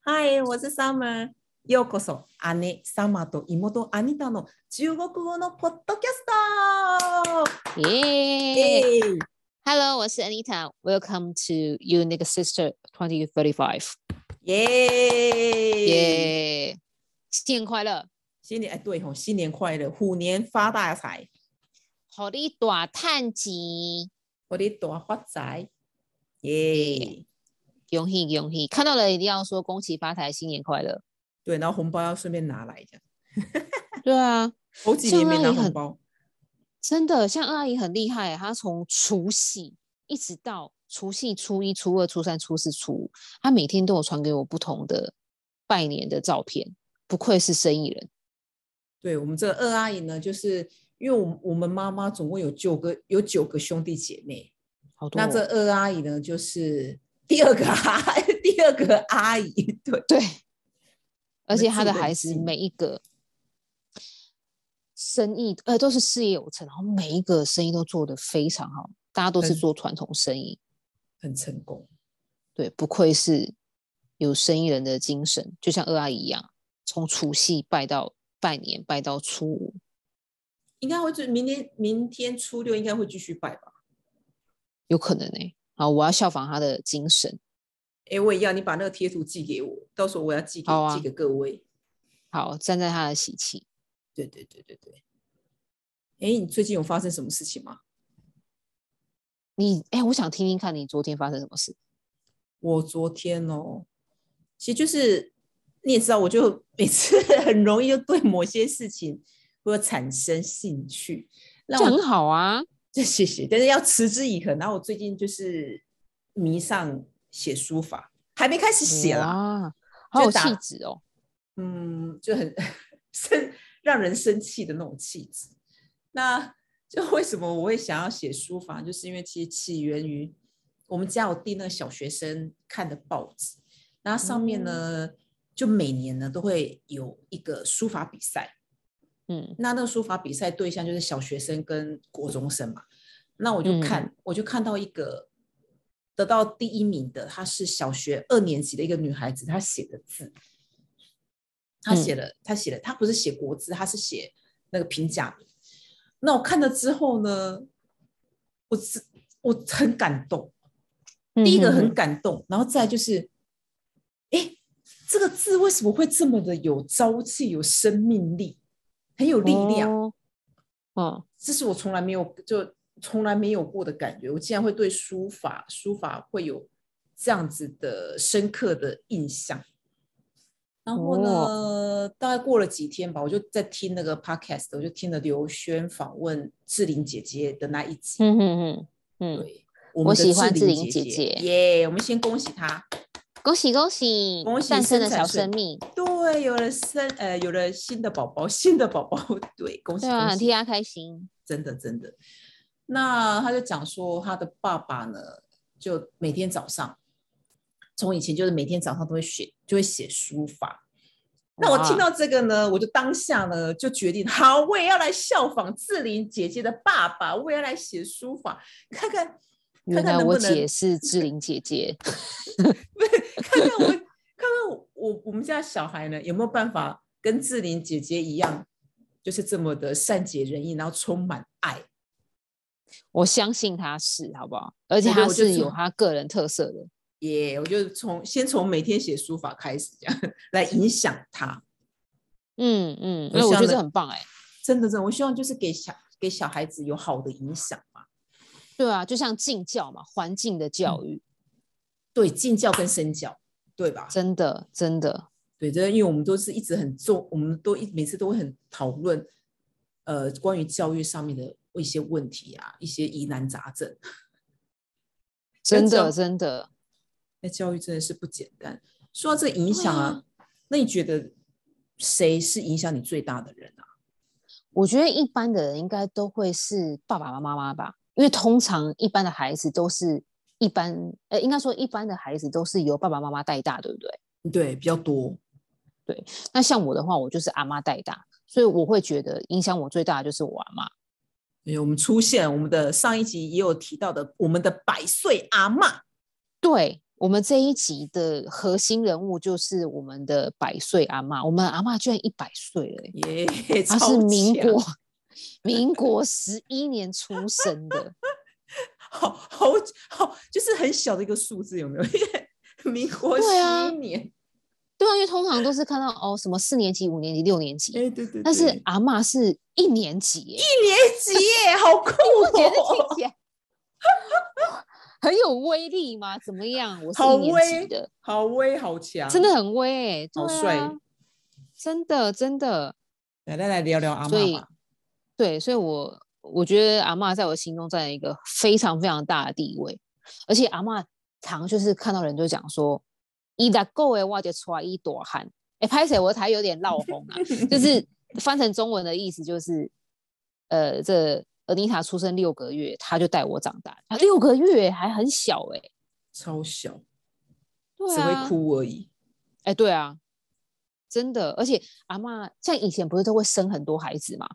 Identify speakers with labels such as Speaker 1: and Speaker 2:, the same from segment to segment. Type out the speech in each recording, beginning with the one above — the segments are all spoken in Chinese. Speaker 1: 嗨，我是 Summer。ようこそ姉様と妹アニタの中国語のポッドキャスト。
Speaker 2: 耶、
Speaker 1: 耶
Speaker 2: Hello，我是 Anita。Welcome to You n i g Sister Twenty Thirty Five。
Speaker 1: 耶！
Speaker 2: 耶、新年快乐，
Speaker 1: 新年哎，对吼，新年快乐，虎年发大财，
Speaker 2: 好的大探钱，
Speaker 1: 我的大发财！耶！
Speaker 2: 恭喜恭喜！看到了一定要说恭喜发财，新年 快乐。
Speaker 1: 对，然后红包要顺便拿来，这样
Speaker 2: 对啊，
Speaker 1: 好几年没拿
Speaker 2: 这样让你
Speaker 1: 红
Speaker 2: 很
Speaker 1: 包。
Speaker 2: 真的，像阿姨很厉害，她从除夕一直到除夕、初一、初二、初三、初四、初五，她每天都有传给我不同的拜年的照片。不愧是生意人。
Speaker 1: 对我们这个二阿姨呢，就是因为我们我们妈妈总共有九个有九个兄弟姐妹，
Speaker 2: 好多
Speaker 1: 那
Speaker 2: 哦、
Speaker 1: 这二阿姨呢，就是第二个阿第二个阿姨，对，
Speaker 2: 对，而
Speaker 1: 们
Speaker 2: 且
Speaker 1: 自
Speaker 2: 他的
Speaker 1: 认
Speaker 2: 孩子
Speaker 1: 性
Speaker 2: 每一个生意呃都是事业有成，然后每一个生意都做得非常好，大家都是
Speaker 1: 很
Speaker 2: 做传统生意，
Speaker 1: 很成功。
Speaker 2: 对，不愧是有生意人的精神，就像二阿姨一样，从除夕拜到拜年，拜到初五，
Speaker 1: 应该会就明天明天初六应该会继续拜吧？
Speaker 2: 有可能哎、然后我要效仿他的精神，
Speaker 1: 哎，我也要你把那个贴图寄给我，到时候我要寄给、
Speaker 2: 好啊
Speaker 1: 寄给各位。
Speaker 2: 好，站在他的喜气。
Speaker 1: 对对对对对。哎，你最近有发生什么事情吗？
Speaker 2: 你哎、我想听听看你昨天发生什么事。
Speaker 1: 我昨天哦，其实就是你也知道，我就每次 很容易就对某些事情会产生兴趣，让
Speaker 2: 这
Speaker 1: 我
Speaker 2: 很好啊，
Speaker 1: 这谢谢，但是要持之以恒。然后我最近就是迷上写书法，还没开始写啦，
Speaker 2: 啦，好
Speaker 1: 就
Speaker 2: 有
Speaker 1: 打
Speaker 2: 气质哦。
Speaker 1: 嗯，就很 生让人生气的那种气质。那就为什么我会想要写书法，就是因为其实起源于我们家有订那个小学生看的报纸，那上面呢、就每年呢都会有一个书法比赛。
Speaker 2: 嗯，
Speaker 1: 那那个书法比赛对象就是小学生跟国中生嘛。那我就
Speaker 2: 嗯
Speaker 1: 看，我就看到一个得到第一名的，她是小学二年级的一个女孩子，她写的字，她写
Speaker 2: 嗯
Speaker 1: 了，她写了，她不是写国字，她是写那个平假名。那我看了之后呢，我只我很感动，第一个
Speaker 2: 嗯
Speaker 1: 很感动，然后再来就是，哎，这个字为什么会这么的有朝气、有生命力、很有力量？
Speaker 2: 哦，嗯
Speaker 1: 这是我从来没有就从来没有过的感觉。我竟然会对书法书法会有这样子的深刻的印象。然后呢，
Speaker 2: 哦
Speaker 1: 大概过了几天吧，我就在听那个 podcast，我就听了刘轩访问志玲姐姐的那一集。
Speaker 2: 嗯嗯嗯嗯，
Speaker 1: 对，我们的
Speaker 2: 喜欢
Speaker 1: 志
Speaker 2: 志玲
Speaker 1: 姐
Speaker 2: 姐姐
Speaker 1: 耶我们先恭喜她。
Speaker 2: 恭喜恭喜，
Speaker 1: 恭喜
Speaker 2: 诞生
Speaker 1: 生
Speaker 2: 的
Speaker 1: 产
Speaker 2: 小
Speaker 1: 顺
Speaker 2: 生命，
Speaker 1: 对，有了生呃，有了新的宝宝，新的宝 宝，对，恭喜
Speaker 2: 对啊，
Speaker 1: 恭
Speaker 2: 很
Speaker 1: 喜
Speaker 2: 替。他开心。
Speaker 1: 真的真的。那他就讲说，他的爸爸呢，就每天早上，从以前就是每天早上都会写，就会写书法。那我
Speaker 2: 哇
Speaker 1: 听到这个呢，我就当下呢就决定，好，我也要来效仿志玲姐姐的爸爸，我也要来写书法，看看看
Speaker 2: 原
Speaker 1: 看
Speaker 2: 来
Speaker 1: 能不
Speaker 2: 我
Speaker 1: 能
Speaker 2: 姐 是志玲姐姐，
Speaker 1: 看看我看看我我我们家小孩呢有没有办法跟志玲姐姐一样，就是这么的善解人意，然后充满爱。
Speaker 2: 我相信她是，好不好？而且
Speaker 1: 对对
Speaker 2: 她
Speaker 1: 我就是是啊
Speaker 2: 有她个人特色的。
Speaker 1: 也我就从先从每天写书法开始，这样来影响他。
Speaker 2: 嗯嗯，
Speaker 1: 我
Speaker 2: 那我
Speaker 1: 想
Speaker 2: 觉
Speaker 1: 了
Speaker 2: 得这很棒哎。
Speaker 1: 真的，真的，我希望就是给小给小孩子有好的影响嘛。
Speaker 2: 对啊，就像敬教嘛，环境的教育，
Speaker 1: 对，敬教跟身教，对吧？
Speaker 2: 真的真的，
Speaker 1: 对，这因为我们都是一直很重，我们都一每次都会很讨论，呃，关于教育上面的一些问题啊，一些疑难杂症。
Speaker 2: 真
Speaker 1: 教
Speaker 2: 的真的，
Speaker 1: 那教育真的是不简单。说到这个影响啊
Speaker 2: 对，
Speaker 1: 那你觉得谁是影响你最大的人啊？
Speaker 2: 我觉得一般的人应该都会是爸爸妈妈吧，因为通常一般的孩子都是一般，呃，应该说一般的孩子都是由爸爸妈妈带大，对不对？
Speaker 1: 对，比较多。
Speaker 2: 那像我的话，我就是阿妈带大，所以我会觉得影响我最大的就是我阿妈。
Speaker 1: 对，我们出现我们的上一集也有提到的，我们的百岁阿嬷，
Speaker 2: 对，我们这一集的核心人物就是我们的百岁阿嬷，我们阿嬷居然一百岁了欸、
Speaker 1: 耶，
Speaker 2: 她
Speaker 1: 超
Speaker 2: 是民
Speaker 1: 强
Speaker 2: 国民国十一年出生的，
Speaker 1: 好好好，就是很小的一个数字，有没有？ 因为民国
Speaker 2: 对啊
Speaker 1: 七年，
Speaker 2: 对啊，因为通常都是看到哦什么四年级、五年级、六年级，
Speaker 1: 哎、对对对，
Speaker 2: 但是阿嬷是一年 级耶、
Speaker 1: 一年级耶，好酷
Speaker 2: 哎我 觉得
Speaker 1: 哦！
Speaker 2: 听起来啊很有威力吗？怎么样？我是
Speaker 1: 好
Speaker 2: 一年
Speaker 1: 威
Speaker 2: 级的，
Speaker 1: 好威，好强，
Speaker 2: 真的很威欸、
Speaker 1: 好
Speaker 2: 对
Speaker 1: 帅
Speaker 2: 啊真的真的，
Speaker 1: 来来来聊聊阿
Speaker 2: 所
Speaker 1: 嬷
Speaker 2: 以
Speaker 1: 吧。
Speaker 2: 对，所以我我觉得阿嬷在我心中占了一个非常非常大的地位，而且阿嬷常就是看到人就讲说，一打够诶，我就出来一朵汗，哎、拍谁我才有点闹红啊， 就是翻成中文的意思就是，呃，这尔妮塔出生六个月，她就带我长大，啊六个月还很小哎、
Speaker 1: 超小，
Speaker 2: 对
Speaker 1: 只
Speaker 2: 啊，
Speaker 1: 会哭而已。
Speaker 2: 哎、对啊，真的，而且阿嬷像以前不是都会生很多孩子嘛，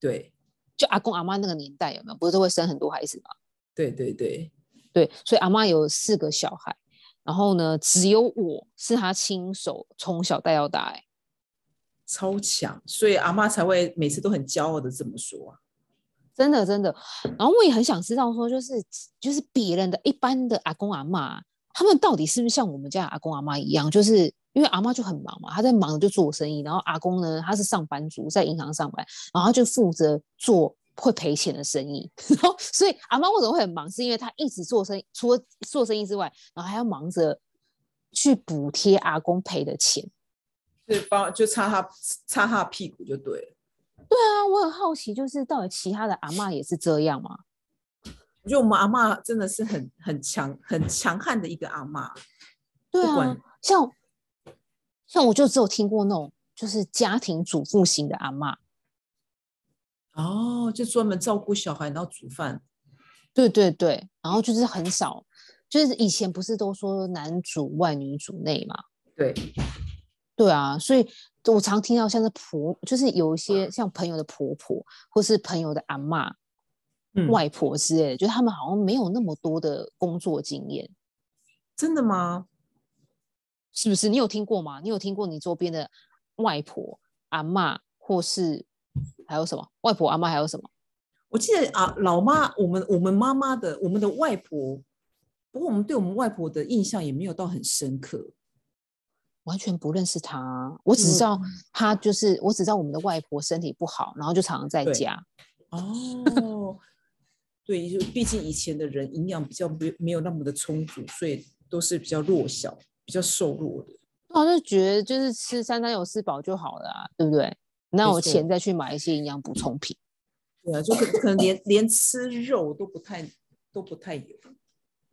Speaker 1: 对
Speaker 2: 就阿公阿嬷那个年代有没有，不是都会生很多孩子嘛？
Speaker 1: 对对对，
Speaker 2: 对，所以阿妈有四个小孩，然后呢，只有我是她亲手从小带到大、欸，
Speaker 1: 超强，所以阿嬷才会每次都很骄傲的这么说啊。
Speaker 2: 真的真的。然后我也很想知道说，就是就是别人的一般的阿公阿妈，他们到底是不是像我们家的阿公阿妈一样，就是。因为阿妈就很忙嘛，她在忙着就做生意，然后阿公呢，他是上班族，在银行上班，然后他就负责做会赔钱的生意。 然后，所以阿妈为什么会很忙，是因为她一直做生意，除了做生意之外，然后还要忙着去补贴阿公赔的钱。
Speaker 1: 就是帮就擦他擦他的屁股就对了。
Speaker 2: 啊，我很好奇，就是到底其他的阿嬷也是这样吗？
Speaker 1: 我觉得我们阿嬷真的是很很强很强悍的一个阿嬷。
Speaker 2: 对
Speaker 1: 不管
Speaker 2: 啊，像像我就只有听过那种就是家庭主妇型的阿嬷。
Speaker 1: 哦，就专门照顾小孩，然后煮饭。
Speaker 2: 对对对，然后就是很少，就是以前不是都说男主外女主内嘛？
Speaker 1: 对，
Speaker 2: 对啊，所以我常听到像是婆，就是有一些像朋友的婆婆或是朋友的阿嬷、
Speaker 1: 嗯，
Speaker 2: 外婆之类的，就是他们好像没有那么多的工作经验。
Speaker 1: 真的吗？
Speaker 2: 是不是？你有听过吗？你有听过你周边的外婆、阿嬷，或是还有什么外婆、阿嬷，还有什么？
Speaker 1: 我记得啊，老妈，我们我们妈妈的，我们的外婆，不过我们对我们外婆的印象也没有到很深刻。
Speaker 2: 完全不认识她，啊我只知
Speaker 1: 嗯
Speaker 2: 道她就是，我只知道我们的外婆身体不好，然后就常常在
Speaker 1: 对
Speaker 2: 家。
Speaker 1: 哦， 对，就毕竟以前的人营养比较没没有那么的充足，所以都是比较弱小、比较瘦弱的。
Speaker 2: 我啊就觉得就是吃三餐有吃饱就好了、啊，对不对？那
Speaker 1: 没
Speaker 2: 有
Speaker 1: 错
Speaker 2: 钱再去买一些营养补充品。
Speaker 1: 对啊，就可可能连连吃肉都不太都不太有，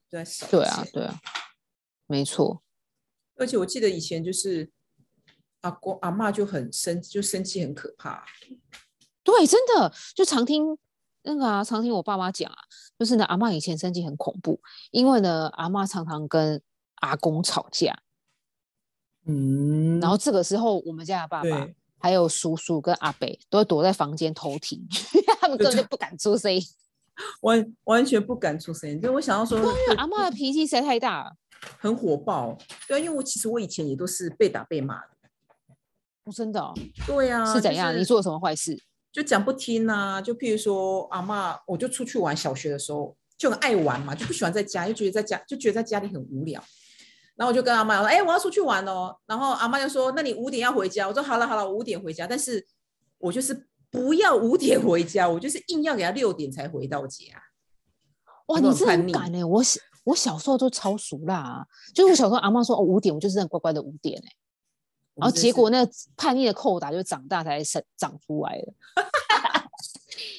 Speaker 1: 对啊，
Speaker 2: 对啊，对啊，没错。
Speaker 1: 而且我记得以前就是阿公阿嬷就很生，就生气很可怕。
Speaker 2: 对，真的就常听那个啊，常听我爸妈讲啊，就是呢，阿嬷以前生气很恐怖，因为呢，阿嬷常常跟阿公吵架，
Speaker 1: 嗯
Speaker 2: 然后这个时候我们家的爸爸
Speaker 1: 对，
Speaker 2: 还有叔叔跟阿伯都会躲在房间偷听，因为他们
Speaker 1: 对
Speaker 2: 根本
Speaker 1: 对
Speaker 2: 就不敢出声音，
Speaker 1: 完完全不敢出声音。对我想要说，
Speaker 2: 因为阿嬷的脾气实在太大了，
Speaker 1: 很火爆。对啊，因为我其实我以前也都是被打被骂的。
Speaker 2: 哦真的哦
Speaker 1: 对啊，
Speaker 2: 是怎样？
Speaker 1: 就是
Speaker 2: 你做了什么坏事？
Speaker 1: 就讲不听啊，就譬如说阿嬷，我就出去玩，小学的时候就很爱玩嘛，就不喜欢在家，就觉得在家就觉得在家里很无聊。然后我就跟阿妈说：“哎、我要出去玩哦。”然后阿妈就说：“那你五点要回家。”我说：“好了好了，我五点回家。”但是我就是不要五点回家，我就是硬要给他六点才回到家。
Speaker 2: 哇，
Speaker 1: 他们很
Speaker 2: 你真的
Speaker 1: 叛
Speaker 2: 很
Speaker 1: 逆
Speaker 2: 敢哎、我小我小时候都超熟啦、就是我小时候阿嬷说哦五点，我就是很乖乖的五点哎、然后结果
Speaker 1: 呢？
Speaker 2: 那个叛逆的扣打就长大才生长出来了。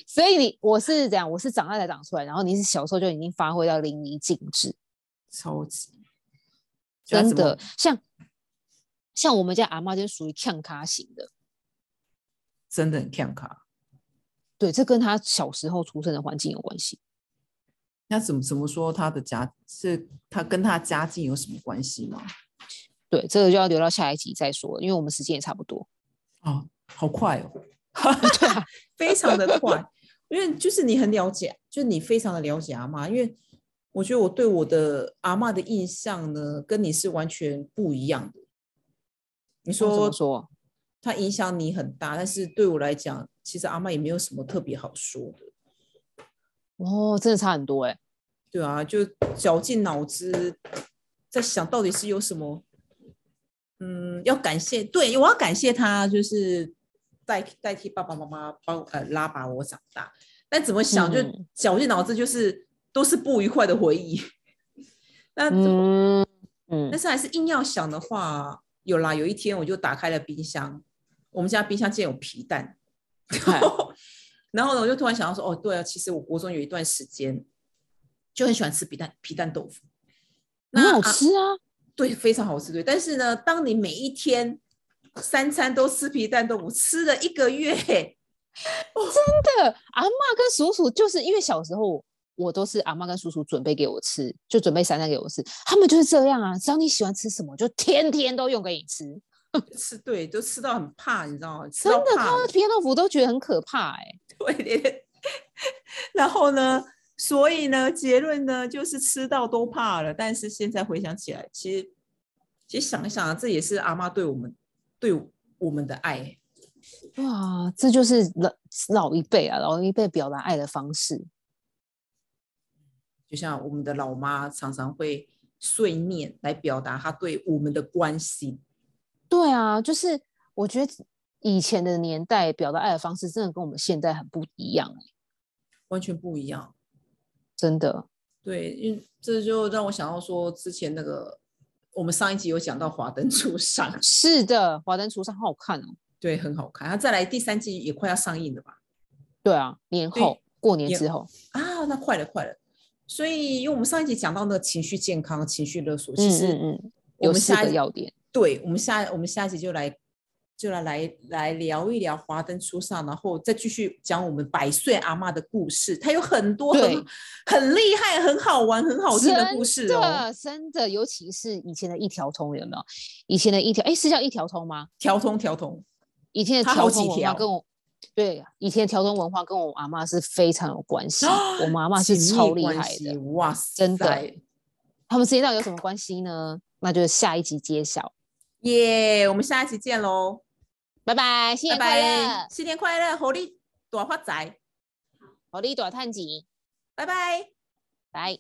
Speaker 2: 所以你我是这样，我是长大才长出来，然后你是小时候就已经发挥到淋漓尽致，
Speaker 1: 超级啊
Speaker 2: 真的，像像我们家阿妈就是属于呛咖型的，
Speaker 1: 真的很看卡。
Speaker 2: 对，这跟她小时候出生的环境有关系。
Speaker 1: 那怎么怎么说他的家是他跟他家境有什么关系吗？
Speaker 2: 对，这个就要留到下一集再说，因为我们时间也差不多。
Speaker 1: 哦，好快 哦，
Speaker 2: 对啊，
Speaker 1: 非常的快，因为就是你很了解，就是你非常的了解阿妈，因为我觉得我对我的阿嬷的印象呢，跟你是完全不一样的。你
Speaker 2: 那哦怎
Speaker 1: 说
Speaker 2: 么说？
Speaker 1: 它影响你很大，但是对我来讲，其实阿嬷也没有什么特别好说的。
Speaker 2: 哦，真的差很多哎、
Speaker 1: 对啊，就绞尽脑汁在想到底是有什么，嗯，要感谢，对我要感谢他，就是代代替爸爸妈妈帮呃拉拔我长大，但怎么想就
Speaker 2: 嗯
Speaker 1: 绞尽脑汁，就是都是不愉快的回忆。 那怎么
Speaker 2: 嗯嗯
Speaker 1: 但，是还是硬要想的话，有啦，有一天我就打开了冰箱，我们家冰箱竟然有皮蛋，然后 然后呢，我就突然想到说，哦，对啊，其实我国中有一段时间就很喜欢吃皮蛋皮蛋豆腐，
Speaker 2: 很好
Speaker 1: 啊
Speaker 2: 吃啊，
Speaker 1: 对，非常好吃，对。但是呢，当你每一天三餐都吃皮蛋豆腐，吃了一个月，
Speaker 2: 真的。阿嬷跟叔叔就是因为小时候我都是阿嬷跟叔叔准备给我吃，就准备三餐给我吃，他们就是这样啊，只要你喜欢吃什么，就天天都用给你吃。
Speaker 1: 吃对，就吃到很怕，你知道吗？吃
Speaker 2: 真
Speaker 1: 到
Speaker 2: 的，
Speaker 1: 怕
Speaker 2: 看到
Speaker 1: 了，
Speaker 2: 皮蛋豆腐都觉得很可怕哎、
Speaker 1: 对。 然后呢，所以呢，结论呢就是吃到都怕了。但是现在回想起来，其实其实想一想啊，这也是阿妈对我们对我们的爱。
Speaker 2: 哇，这就是老老一辈啊，老一辈表达爱的方式。
Speaker 1: 就像我们的老妈常常会碎念来表达她对我们的关心。
Speaker 2: 对啊，就是我觉得以前的年代表达爱的方式真的跟我们现在很不一样、欸，
Speaker 1: 完全不一样。
Speaker 2: 真的。
Speaker 1: 对，因为这就让我想到说，之前那个我们上一集有讲到《华灯初上》，
Speaker 2: 是的，《华灯初上》好好看哦。
Speaker 1: 对，很好看。它再来第三季也快要上映了吧？
Speaker 2: 对啊，年
Speaker 1: 对
Speaker 2: 后过年
Speaker 1: 也
Speaker 2: 之后，
Speaker 1: 啊，那快了，快了。所以，因为我们上一集讲到那个情绪健康、情绪勒索，其
Speaker 2: 嗯
Speaker 1: 实
Speaker 2: 嗯嗯，
Speaker 1: 我
Speaker 2: 有
Speaker 1: 们
Speaker 2: 四
Speaker 1: 下
Speaker 2: 个
Speaker 1: 一
Speaker 2: 要点。
Speaker 1: 对，我们下我们下一集就来就来来来聊一聊《华灯初上》，然后再继续讲我们百岁阿嬷的故事。它有很多
Speaker 2: 对
Speaker 1: 很很厉害、很好玩、很好听的
Speaker 2: 真
Speaker 1: 故事哦。
Speaker 2: 的真的，尤其是以前的一条通有没有？以前的一条，哎，是叫一条通吗？
Speaker 1: 调通调通，
Speaker 2: 以前的
Speaker 1: 它好
Speaker 2: 条
Speaker 1: 几
Speaker 2: 通文化
Speaker 1: 条
Speaker 2: 跟我对以前的条通文化跟我阿妈是非常有关系的。我们阿妈 是
Speaker 1: 亲密
Speaker 2: 超厉
Speaker 1: 关
Speaker 2: 害
Speaker 1: 系
Speaker 2: 的，
Speaker 1: 哇塞，
Speaker 2: 真的他们之间到底有什么关系呢？那就是下一集揭晓。
Speaker 1: 耶我们下一期见喽，
Speaker 2: 拜拜，新
Speaker 1: 拜
Speaker 2: 年快
Speaker 1: 拜
Speaker 2: 乐，，
Speaker 1: 新年快乐，猴力大发财，
Speaker 2: 好利短探集，
Speaker 1: 拜拜。
Speaker 2: 拜。